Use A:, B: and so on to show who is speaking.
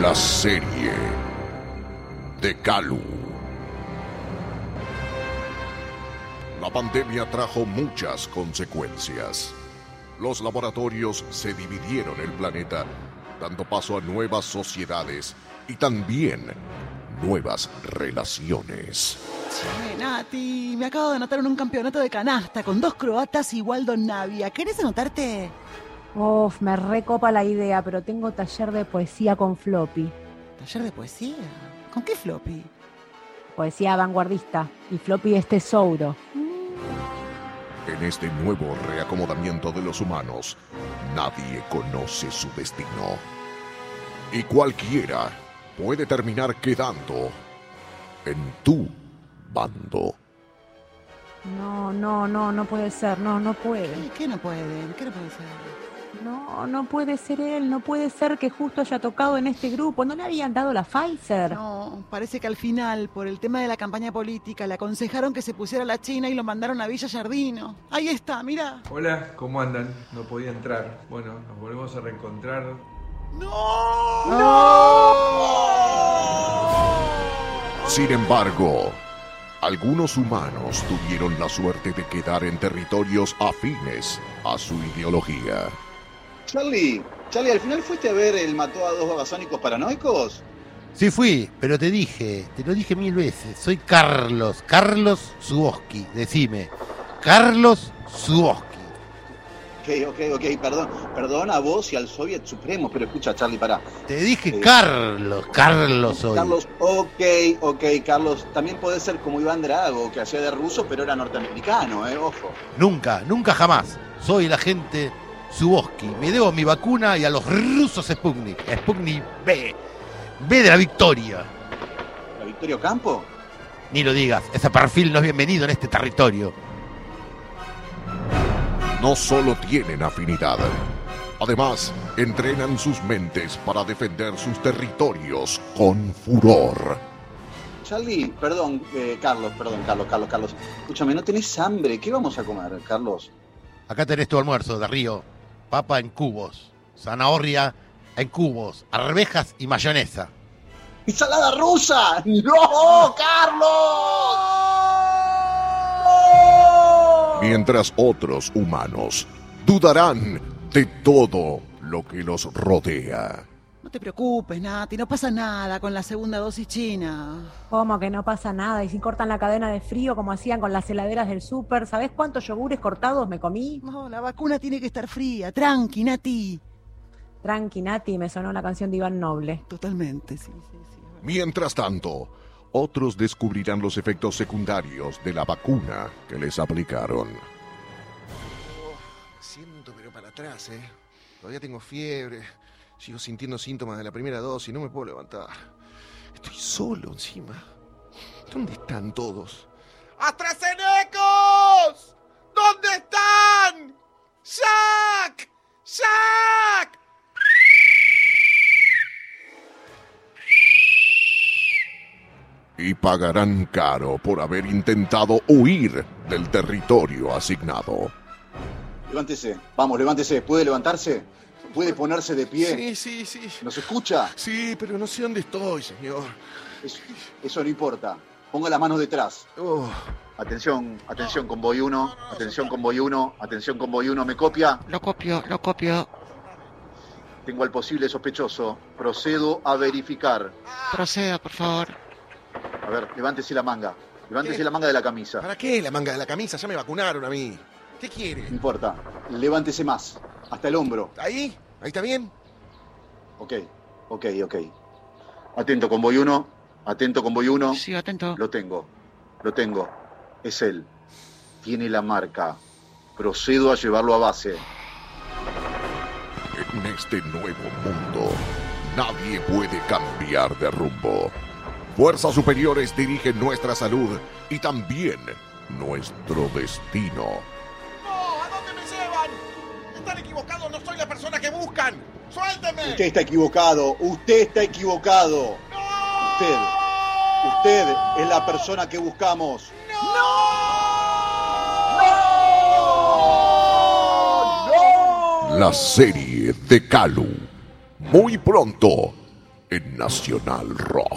A: la serie de Kalu. La pandemia trajo muchas consecuencias. Los laboratorios se dividieron el planeta, dando paso a nuevas sociedades y también nuevas relaciones.
B: Che, Nati, me acabo de anotar en un campeonato de canasta con dos croatas y Waldo Navia. ¿Querés anotarte?
C: Uf, me recopa la idea, pero tengo taller de poesía con floppy.
B: ¿Taller de poesía? ¿Con qué floppy?
C: Poesía vanguardista. Y floppy es tesouro.
A: En este nuevo reacomodamiento de los humanos, nadie conoce su destino. Y cualquiera puede terminar quedando en tu bando.
C: No, no, no, no puede ser. No, no puede.
B: ¿Qué, qué no puede? ¿Qué no puede ser?
C: No, no puede ser él. No puede ser que justo haya tocado en este grupo. ¿No le habían dado la Pfizer?
B: No, parece que al final, por el tema de la campaña política, le aconsejaron que se pusiera la China y lo mandaron a Villa Jardino. Ahí está, mira.
D: Hola, ¿cómo andan? No podía entrar. Bueno, nos volvemos a reencontrar.
B: ¡No!
A: Sin embargo, algunos humanos tuvieron la suerte de quedar en territorios afines a su ideología.
E: Charlie, Charlie, ¿al final fuiste a ver el mató a dos babasónicos paranoicos?
F: Sí fui, pero te dije, te lo dije mil veces, soy Carlos, Carlos Suboski, decime, Carlos Suboski.
E: Ok, ok, ok, perdón. Perdón a vos y al Soviet Supremo, pero escucha, Charlie, pará.
F: Te dije
E: Sí.
F: Carlos, Carlos soy.
E: Carlos, ok, ok, Carlos. También puede ser como Iván Drago, que hacía de ruso, pero era norteamericano, eh, ojo.
F: Nunca, nunca jamás. Soy el agente Suboski. Me debo a mi vacuna y a los rusos Sputnik. Sputnik B. B de la victoria.
E: ¿La Victorio Campo?
F: Ni lo digas, ese perfil no es bienvenido en este territorio.
A: No solo tienen afinidad, además entrenan sus mentes para defender sus territorios con furor.
E: Charlie, perdón, eh, Carlos, perdón, Carlos, Carlos, Carlos. Escúchame, no tenés hambre. ¿Qué vamos a comer, Carlos?
F: Acá tenés tu almuerzo de río. Papa en cubos, zanahoria en cubos, arvejas y mayonesa.
E: ¡Ensalada rusa! ¡No, Carlos! ¡No!
A: Mientras otros humanos dudarán de todo lo que los rodea.
B: No te preocupes, Nati, no pasa nada con la segunda dosis china.
C: ¿Cómo que no pasa nada? Y si cortan la cadena de frío como hacían con las heladeras del súper, ¿sabés cuántos yogures cortados me comí?
B: No, la vacuna tiene que estar fría, tranqui, Nati.
C: Tranqui, Nati, me sonó la canción de Iván Noble.
B: Totalmente, sí, sí, sí.
A: Mientras tanto, otros descubrirán los efectos secundarios de la vacuna que les aplicaron.
G: Siento, pero para atrás, ¿eh? Todavía tengo fiebre. Sigo sintiendo síntomas de la primera dosis. No me puedo levantar. Estoy solo encima. ¿Dónde están todos? ¡AstraZenecos! ¿Dónde están? ¡Jack! ¡Jack!
A: Y pagarán caro por haber intentado huir del territorio asignado.
E: Levántese, vamos, levántese. ¿Puede levantarse? ¿Puede ponerse de pie?
G: Sí, sí, sí.
E: ¿Nos escucha?
G: Sí, pero no sé dónde estoy, señor.
E: Eso, eso no importa. Ponga las manos detrás.
G: Oh,
E: Atención, atención convoy 1, atención convoy 1, atención convoy 1, ¿me copia?
B: Lo copio, lo copio.
E: Tengo al posible sospechoso. Procedo a verificar.
B: Proceda, por favor.
E: A ver, levántese la manga. Levántese la manga de la camisa.
G: ¿para qué la manga de la camisa? Ya me vacunaron a mí. ¿Qué quiere?
E: No importa. Levántese más. Hasta el hombro.
G: ¿Ahí? ¿Ahí está bien?
E: Ok, ok, ok. Atento convoy 1, atento convoy 1.
B: Sí, atento.
E: Lo tengo, lo tengo. Es él. Tiene la marca. Procedo a llevarlo a base.
A: En este nuevo mundo, nadie puede cambiar de rumbo. Fuerzas superiores dirigen nuestra salud y también nuestro destino.
H: ¡No! ¿A dónde me llevan? Están equivocados, no soy la persona que buscan. ¡Suélteme!
E: Usted está equivocado, usted está equivocado. Usted, usted es la persona que buscamos.
A: La serie de Kalu. Muy pronto en Nacional Rock.